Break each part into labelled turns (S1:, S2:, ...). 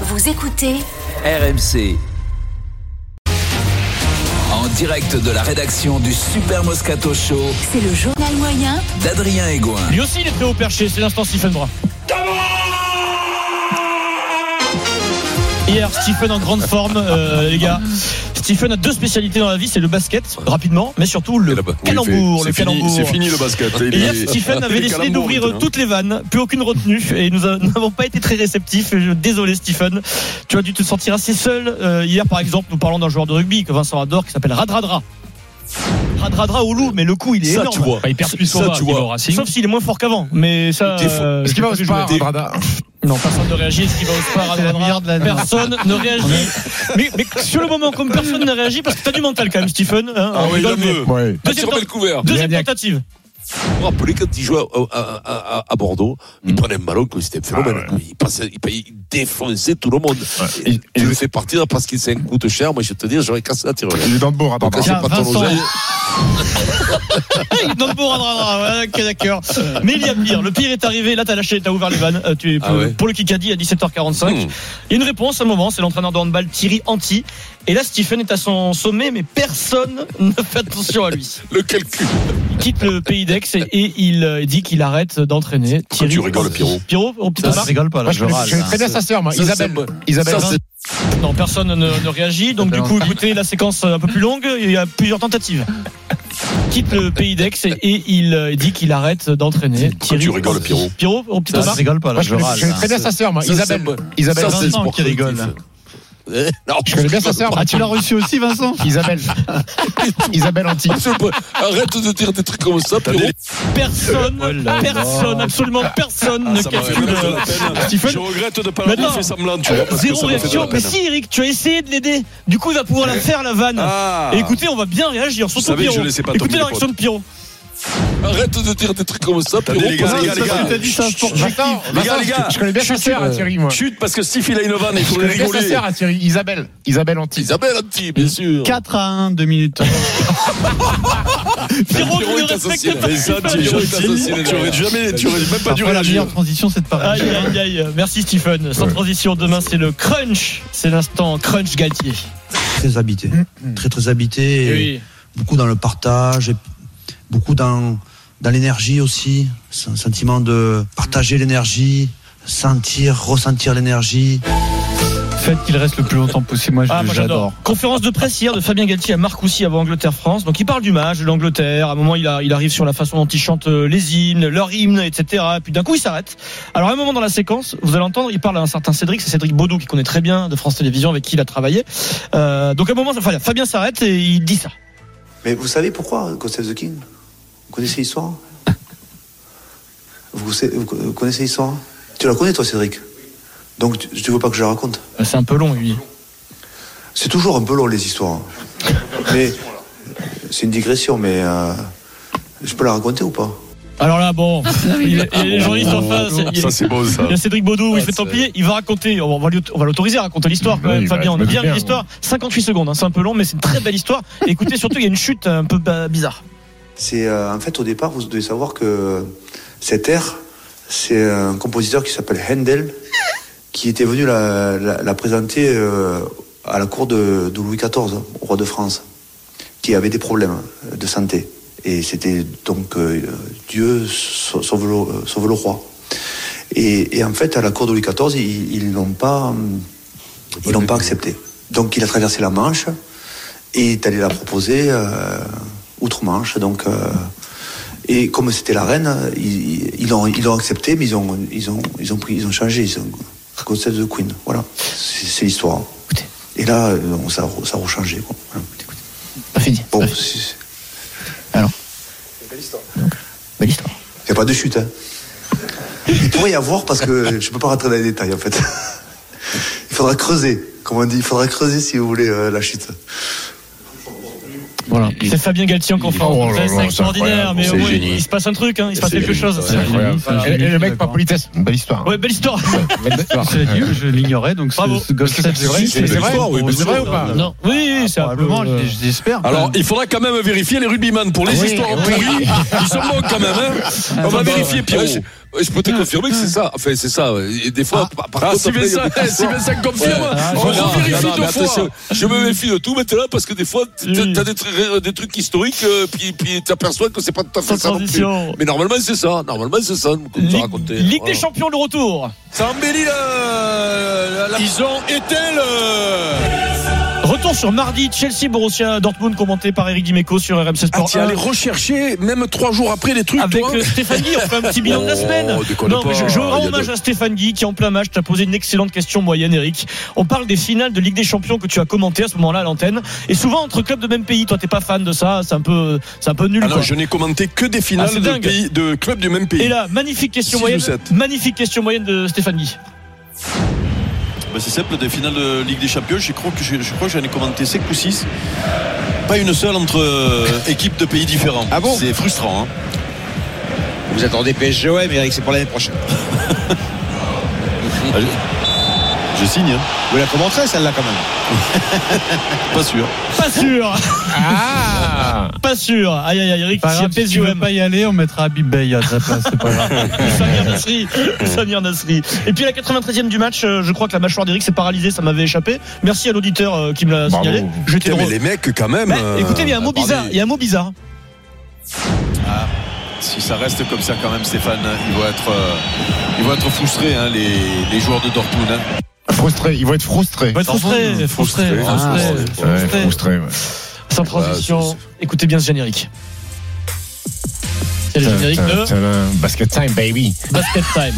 S1: Vous écoutez
S2: RMC. En direct de la rédaction du Super Moscato Show
S1: C'est le journal moyen
S2: d'Adrien Egoin.
S3: Lui aussi, il est très haut perché, c'est l'instant Stephen Brun. Hier, Stephen en grande forme, euh, les gars. Stephen a deux spécialités dans la vie, c'est le basket, rapidement, mais surtout le
S4: là-bas. Oui,
S3: calembour.
S4: c'est
S3: le
S4: fini,
S3: calembour.
S4: c'est fini le basket. Il
S3: Et hier,
S4: est-
S3: Stephen
S4: les
S3: avait décidé
S4: calembours,
S3: d'ouvrir
S4: maintenant.
S3: toutes les vannes, plus aucune retenue, et nous a- nous n'avons pas été très réceptifs. Et je- Désolé, Stephen. Tu as dû te sentir assez seul. Euh, hier, par exemple, nous parlons d'un joueur de rugby que Vincent adore, qui s'appelle Radradra. Radradra au loup, mais le coup, il est
S4: Ça,
S3: énorme.
S4: tu vois.
S5: Enfin, hyper
S4: Ça,
S5: puissant,
S4: tu
S5: là, il
S4: vois.
S5: va au Racing.
S3: Sauf s'il est moins fort qu'avant, mais ça.
S4: Des fois-
S3: euh,
S5: Est-ce qu'il
S3: je
S5: va
S3: sais
S5: au
S3: pas
S5: Spar,
S3: jouer.
S5: Radradra
S3: Non, personne ne réagit. Est-ce qu'il va au Spar à Personne ne réagit. mais, mais sur le moment, comme personne ne réagit, parce que t'as du mental quand même, Stephen. hein,
S4: Ah
S3: on
S4: oui, il
S3: rigole,
S4: en
S3: mais-
S4: veut.
S5: Ouais.
S4: Ah, tu
S3: Deuxième,
S4: remets le couvert.
S3: tent- deuxième
S5: Il y a des-
S3: tentative.
S4: Vous vous rappelez quand il jouait à, à- à- à- à Bordeaux, il prenait un ballon, que c'était un phénomène. il, passait, il, payait- il défonçait tout le monde. Et
S5: Il-
S4: tu
S5: il-
S4: le fais partir parce qu'il s'est un coup de cher. Moi, je vais te dire, j'aurais cassé la tirelire.
S5: Il est dans le beau
S4: Donc,
S5: Radradra.
S4: c'est
S3: Tiens,
S4: pas ton
S3: Vincent.
S4: oseille.
S3: Dans le bon radar, voilà, ok, d'accord. Mais il y a pire. Le pire est arrivé. Là, t'as lâché, t'as ouvert les vannes. Euh, tu es pour,
S4: Ah ouais.
S3: pour le Kikadi à 17h45.
S4: Hmm.
S3: Il y a une réponse à un moment. C'est l'entraîneur de handball Thierry Anti. Et là, Stephen est à son sommet, mais personne ne fait attention à lui.
S4: Le calcul.
S3: Il quitte le pays d'Aix et, et il euh, dit qu'il arrête d'entraîner. Thierry,
S4: Ah, tu rigoles, Pierrot
S3: Pierrot, au petit
S6: Ça,
S3: remarque
S6: je rigole pas, là, je râle.
S5: Je connais sa sœur, moi,
S4: Ça,
S5: Isabelle.
S4: c'est-
S5: Isabelle.
S4: Ça, c'est-
S3: Non, personne ne, ne réagit. Donc, du coup, écoutez la séquence un peu plus longue. Il y a plusieurs tentatives. Quitte le pays d'Aix et, et il euh, dit qu'il arrête d'entraîner. Thierry
S4: tu rigoles, Pierrot
S3: Pierrot, au petit
S6: Ça,
S3: remarque
S6: je rigole pas, là, je râle.
S5: je connais sa sœur, moi,
S4: ça,
S5: Isabelle.
S4: c'est-
S5: Isabelle.
S4: ça, c'est
S6: Vincent
S4: sport
S6: qui rigole,
S4: collectif. Eh, non,
S5: Je connais bien sa sœur.
S6: Ah, tu l'as reçu aussi, Vincent
S5: Isabelle. Isabelle Anti.
S4: Arrête de dire des trucs comme ça, Pierrot.
S3: Personne,
S4: Oh
S3: personne, absolument
S4: Ah,
S3: personne ne calcule. euh, Stephen.
S4: Je regrette de ne pas
S3: Mais
S4: l'avoir
S3: non.
S4: fait semblant, tu vois. parce que
S3: Zéro
S4: ça m'a fait de la
S3: réaction. Mais
S4: peine.
S3: si, Eric, tu as essayé de l'aider. Du coup, il va pouvoir la faire, la vanne.
S4: Ah.
S3: Et écoutez, on va bien réagir.
S4: Je
S3: Surtout
S4: savais que je
S3: Pierrot.
S4: laissais pas
S3: Écoutez
S4: tomber
S3: la
S4: les
S3: réaction de Pierrot.
S4: Arrête de dire des trucs comme ça, Pierrot.
S7: Attendez, les gars,
S4: parce
S7: les
S4: que
S7: gars,
S4: ça fait
S7: les gars.
S4: de la
S5: Vincent, Vincent,
S4: Les gars, les gars.
S5: je connais bien sa sœur, à Thierry, moi.
S4: Chute parce que Steve il a une vanne, il
S5: Je
S4: faut le
S5: connais bien sa
S4: rigoler.
S5: sœur, à Thierry. Isabelle. Isabelle Anti.
S4: Isabelle Anti, bien sûr.
S6: 4 à 1, 2 minutes.
S3: Pierrot qui
S4: Pierrot
S3: ne
S4: est associé.
S3: respecte pas.
S4: Vincent,
S3: Stephen.
S4: Pierrot est associé. Tu aurais jamais, tu aurais même pas dû
S6: Après, la
S4: réagir.
S6: meilleure transition, c'est de parler.
S3: Aïe, aïe, aïe. Merci Stephen. Sans transition, demain c'est le crunch. C'est l'instant crunch Galtier.
S8: très habité. Très très habité. et
S3: Eh Oui.
S8: Beaucoup dans le partage, et beaucoup dans, dans l'énergie aussi. C'est un sentiment de partager l'énergie, sentir, ressentir l'énergie.
S6: Faites qu'il reste le plus longtemps possible, moi, je-
S3: Ah, moi j'adore.
S6: j'adore.
S3: Conférence de presse hier de Fabien Galtier à Marcoussis avant Angleterre-France. Donc il parle du match, de l'Angleterre. À un moment, il, a- il arrive sur la façon dont ils chantent euh, les hymnes, leur hymne, etc. Puis d'un coup, il s'arrête. Alors à un moment dans la séquence, vous allez entendre, il parle à un certain Cédric, c'est Cédric Baudou qui connaît très bien de France Télévisions avec qui il a travaillé. Euh, donc à un moment, enfin, Fabien s'arrête et il dit ça.
S9: Mais vous savez pourquoi God Save the King Vous connaissez l'histoire vous, sa- vous co- vous connaissez l'histoire Tu la connais toi Cédric Donc tu, tu veux pas que je la raconte
S3: C'est un peu long, lui.
S9: C'est toujours un peu long les histoires. Mais c'est une digression mais euh, je peux la raconter ou pas
S3: Alors là, bon, il, il- les journalistes en face. il-
S4: Ça, c'est beau, ça.
S3: Il y a Cédric Baudou, il se fait templier, il va raconter, on va, lui- on va l'autoriser à raconter l'histoire quand
S5: Oui,
S3: même,
S5: il va-
S3: Fabien,
S5: je
S3: on
S5: me
S3: a
S5: doute
S3: bien
S5: bien,
S3: l'histoire, 58 secondes, hein, c'est un peu long, mais c'est une très belle histoire. Et écoutez, surtout, il y a une chute un peu bah, bizarre.
S9: C'est euh, en fait au départ vous devez savoir que cet air c'est un compositeur qui s'appelle Handel qui était venu la, la- la présenter euh, à la cour de, de Louis XIV, au roi de France, qui avait des problèmes euh, de santé. Et c'était donc euh, Dieu sau- sauve le, euh, sauve le roi. Et, et en fait, à la cour de Louis XIV, ils ils l'ont pas, hum, ils l'ont pas accepté. Donc, il a traversé la Manche et est allé la proposer euh, outre-Manche. Donc, euh, et comme c'était la reine, ils ils l'ont ils l'ont accepté, mais ils ont ils ont ils ont pris ils ont changé. Ils ont God Save the Queen. Voilà, c'est c'est l'histoire.
S3: Écoutez.
S9: Et là, euh, on- ça a, re- ça a rechangé. Quoi. Voilà.
S5: Bah,
S3: Pas fini.
S9: Bon, c'est-
S5: Bah,
S3: Belle histoire.
S9: Il n'y a pas de chute. Hein. Il pourrait y avoir parce que je ne peux pas rentrer dans les détails en fait. Il faudra creuser, comme on dit. Il faudra creuser si vous voulez euh, la chute.
S3: Voilà. C'est Fabien Galtier en conférence.
S5: Oh là là,
S3: c'est
S5: c'est
S3: extraordinaire,
S5: incroyable,
S3: mais
S5: c'est
S3: au moins,
S5: génie.
S3: il se passe un truc, hein, il se passe
S4: C'est
S3: quelque
S4: génie,
S3: chose.
S4: c'est incroyable.
S5: Et et le mec, par politesse. Belle histoire.
S3: Ouais, belle histoire.
S5: Belle histoire.
S6: Cela dit, je l'ignorais, donc ce-
S3: Bravo.
S6: ce Golf Step, c'est
S4: Si,
S6: vrai.
S4: c'est une
S5: C'est vrai
S4: histoire, oui,
S5: ou-
S4: bien
S5: C'est
S4: sûr.
S5: vrai ou pas
S3: Non. Oui, oui, c'est un peu.
S6: Probablement,
S3: euh,
S6: je- j'espère. que-
S4: Alors, il faudra quand même
S7: Ah,
S4: vérifier les rugbyman pour les histoires pourries. Ils se moquent quand même. Hein. On va vérifier, Pierrot. Ouais, Je peux te confirmer que c'est ça. Enfin, c'est ça. ouais. Et des fois, par, par contre,
S7: si
S4: après, il y a
S7: Vincent,
S4: des petites
S7: si
S4: histoires.
S7: Vincent confirme,
S4: Ouais.
S7: on
S4: Non, non,
S7: revérifie
S4: non,
S7: deux
S4: mais attention,
S7: fois.
S4: Je me méfie de tout maintenant parce que des fois, t-
S3: Oui.
S4: t'as des, tr- des trucs historiques, euh, puis, puis t'aperçois que c'est pas tout à fait
S3: Sans
S4: ça non plus.
S3: transition.
S4: Mais normalement, c'est ça. Normalement, c'est ça. Comme tu as
S3: Ligue,
S4: raconté.
S3: Ligue des
S4: Voilà.
S3: Champions de retour.
S4: Ça embellit la, la-
S7: Ils ont été le.
S3: Retour sur mardi, Chelsea, Borussia, Dortmund, commenté par Eric Dimeco sur RMC
S7: Ah,
S3: Sport.
S7: t'es
S3: 1.
S7: allé rechercher, même trois jours après, les trucs,
S3: Avec
S7: toi.
S3: euh, Stéphane Guy, on fait un petit bilan de la
S7: Oh,
S3: semaine.
S7: déconne
S3: Non, mais je,
S7: pas,
S3: je
S7: il y
S3: rends
S7: a
S3: hommage
S7: de-
S3: à Stéphane Guy qui, en plein match, t'a posé une excellente question moyenne, Eric. On parle des finales de Ligue des Champions que tu as commenté à ce moment-là à l'antenne. Et souvent, entre clubs de même pays, toi, t'es pas fan de ça, c'est un peu, c'est un peu nul.
S7: Ah non,
S3: quoi.
S7: je n'ai commenté que des
S3: Ah,
S7: finales
S3: c'est
S7: de,
S3: dingue.
S7: pays, de clubs du même
S3: Et
S7: pays.
S3: là, magnifique question
S7: Six
S3: moyenne.
S7: ou sept.
S3: Magnifique question moyenne de Stéphane Guy.
S10: Bah, c'est simple, des finales de Ligue des Champions, je crois que je, je crois que j'en ai commenté 5 ou 6. Pas une seule entre euh, équipes de pays différents.
S11: Ah bon
S10: c'est frustrant. hein.
S11: Vous attendez PSGOM, eh, Eric, c'est pour l'année prochaine.
S10: Je signe, hein.
S11: Vous la commenterez celle-là quand même.
S10: pas sûr.
S3: Pas sûr,
S5: Ah
S3: pas sûr. Aïe aïe aïe, Eric,
S6: Par
S3: s'il y a
S6: exemple, si tu veux
S3: PSGOM.
S6: pas y aller, on mettra Habib Bey à sa place. C'est pas grave.
S3: Samir Nasri, Samir Nasri. Et puis à la 93e du match, euh, je crois que la mâchoire d'Eric s'est paralysée, ça m'avait échappé. Merci à l'auditeur euh, qui me l'a
S5: Bravo.
S3: signalé. J'étais
S7: Putain, Eh, mais
S3: drôle.
S7: les mecs, quand même.
S3: Bah,
S7: euh,
S3: écoutez, mais il y a un mot
S7: attendez.
S3: bizarre. Il y a un mot bizarre.
S10: Si ça reste comme ça quand même Stéphane, hein, ils vont être, euh, ils vont être frustrés hein, les, les joueurs de Dortmund. hein.
S5: Frustré, ils vont être frustrés.
S3: Va être frustré, frustré,
S7: frustré,
S3: frustré,
S7: frustré.
S5: Ouais,
S3: frustré.
S5: frustrés, ouais.
S3: Sans transition, écoutez bien ce générique. C'est le générique de
S5: Tadam, Basket time, baby.
S3: Basket Time.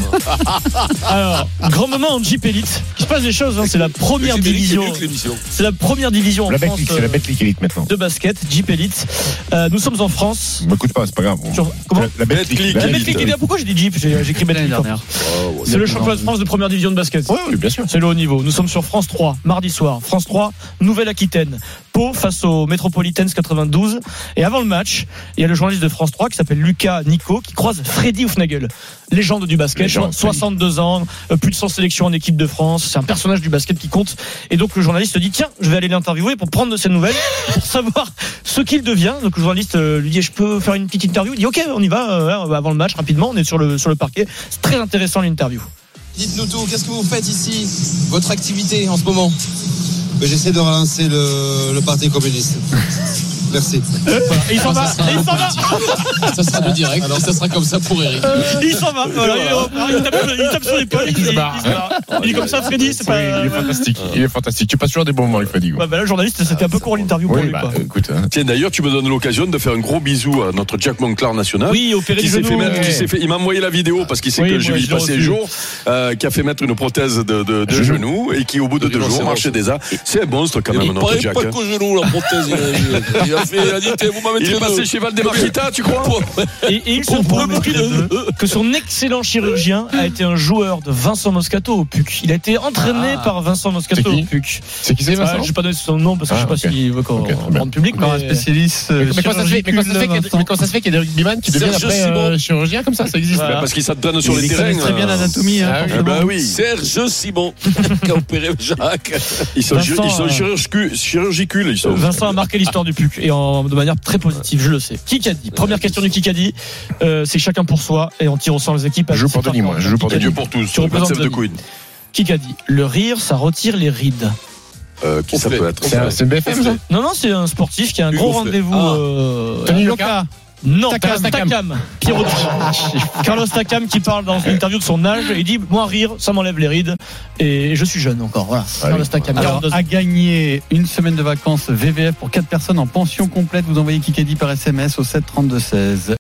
S3: Alors, grand moment en Jeep Elite. Il se passe des choses, hein, c'est la première
S4: C'est mieux que
S3: division.
S4: l'émission.
S3: C'est la première division en
S5: La
S3: France
S5: Betclic, c'est la
S3: euh,
S5: Betclic Elite maintenant.
S3: de basket, Jeep Elite. Euh, Nous sommes en France.
S5: M'écoute pas, c'est pas grave.
S3: Sur- Comment
S5: La- La Betclic.
S3: La Betclic,
S5: Elite.
S3: eh bien, pourquoi j'ai dit Jeep J'ai j'ai écrit Betclic.
S5: Oh,
S3: C'est le championnat de France de première division de basket.
S5: Ouais, oui, bien sûr.
S3: C'est le haut niveau. Nous sommes sur France 3, mardi soir. France 3, Nouvelle-Aquitaine. Pau face au Metropolitans 92. Et avant le match, il y a le journaliste de France 3 qui s'appelle Lucas Nico qui croise Freddy Hufnagel, légende du basket,
S5: Légende,
S3: 62 ans, euh, plus de 100 sélections en équipe de France. C'est un personnage du basket qui compte. Et donc le journaliste se dit tiens, je vais aller l'interviewer pour prendre de ses nouvelles, pour savoir ce qu'il devient. Donc le journaliste euh, lui dit je peux faire une petite interview. Il dit ok, on y va euh, avant le match rapidement. On est sur le sur le parquet. C'est très intéressant l'interview.
S11: Dites-nous tout, qu'est-ce que vous faites ici Votre activité en ce moment Bah, J'essaie de relancer le, Parti communiste. Merci.
S3: Et il s'en va, et il s'en va. Euh,
S11: Ça sera du direct, alors ça sera comme ça pour Eric.
S3: Il s'en va, voilà, il, est au- il tape, il tape sur l'épaule, il, il se barre. Il est comme ça, Freddy, c'est
S5: Bah. Oui,
S3: pas.
S5: il est fantastique. Il est fantastique. Tu passes toujours des bons moments avec Fadi.
S3: Ouais, bah là, le journaliste, c'était un peu court l'interview pour
S5: Oui,
S3: lui,
S5: bah,
S3: quoi.
S5: écoute. hein.
S7: Tiens, d'ailleurs, tu me donnes l'occasion de faire un gros bisou à notre Jack Monclar national.
S3: Oui, opéré
S7: Qui
S3: du
S7: s'est
S3: genou.
S7: fait mettre- qui
S3: ouais.
S7: s'est fait- il m'a envoyé la vidéo parce qu'il sait
S3: Oui,
S7: que
S3: moi,
S7: je vais y
S3: je l'ai
S7: passer
S3: reçu.
S7: le jour, euh, qui a fait mettre une prothèse de, de, de genou et qui, au bout de
S4: De
S7: deux jours,
S4: rhinocéros.
S7: marchait déjà. C'est un monstre quand même,
S4: Il
S7: notre
S4: paraît
S7: Jack. hein.
S4: pas qu'au genou, la prothèse. Il a, il a fait, il a dit, Tiens, vous m'avez
S7: Il est passé chez Valdemarquita, tu crois
S3: Et, et il se
S4: Pour
S3: prouve
S4: le prix de.
S3: que son excellent chirurgien a été un joueur de Vincent Moscato au PUC. Il a été entraîné par Vincent Moscato
S5: Ah. C'est qui
S3: au PUC.
S5: C'est qui c'est
S3: Ah,
S5: Vincent
S3: je vais pas donner son nom parce que
S5: Ah,
S3: je sais pas
S5: ok.
S3: s'il veut qu'on
S5: Ok, très bien.
S3: rende public.
S6: Encore un
S3: Mais...
S6: spécialiste. euh,
S5: mais, comment ça se fait, mais comment ça se fait qu'il y a-
S6: chirurgical,
S5: mais comment ça se fait qu'il y a des rugbyman qui deviennent
S4: Serge
S5: après
S4: Simon.
S5: euh, chirurgien comme ça Ça existe
S3: Voilà.
S5: là.
S7: Parce qu'il s'adonne sur
S6: Il
S7: les terrains.
S6: connaît très bien
S7: euh,
S6: l'anatomie. hein,
S5: Ah oui.
S7: eh
S6: forcément.
S7: ben oui,
S4: Serge Simon, qui a opéré Jacques.
S7: ils sont,
S3: Vincent,
S7: chir- ils sont
S3: euh,
S7: chirurgicu- chirurgicules, ils sont.
S3: Vincent a marqué l'histoire du PUC et en, de manière très positive, je le sais. Kikadi, première question du Kikadi, euh, c'est chacun pour soi et on tire au sort les équipes.
S5: Je joue pour
S3: C'est
S5: Denis,
S3: par-
S5: moi. Je joue pour
S7: Des
S5: Denis.
S7: dieux pour tous.
S3: Tu représentes
S7: Vingt-sept de
S3: Denis.
S7: Queen.
S3: Kikadi, le rire, ça retire les rides.
S7: Euh, qui ça
S4: Gonflé.
S7: peut être
S5: C'est un- C'est une BFM ça
S3: Non, non, c'est un sportif qui a un
S4: Hugo
S3: gros
S4: Frey.
S3: rendez-vous.
S4: Ah.
S3: euh,
S5: Tony
S3: à
S5: Loca.
S3: Non,
S5: Takam,
S3: Takam, Takam, Pierrot- Carlos Takam qui parle dans une interview de son âge et il dit Moi, rire, ça m'enlève les rides et je suis jeune encore. Voilà,
S5: Ah
S3: Carlos
S5: oui.
S3: Takam.
S6: Alors,
S3: 42 ans.
S6: à gagner une semaine de vacances VVF pour 4 personnes en pension complète, vous envoyez Kikadi par SMS au 732 16.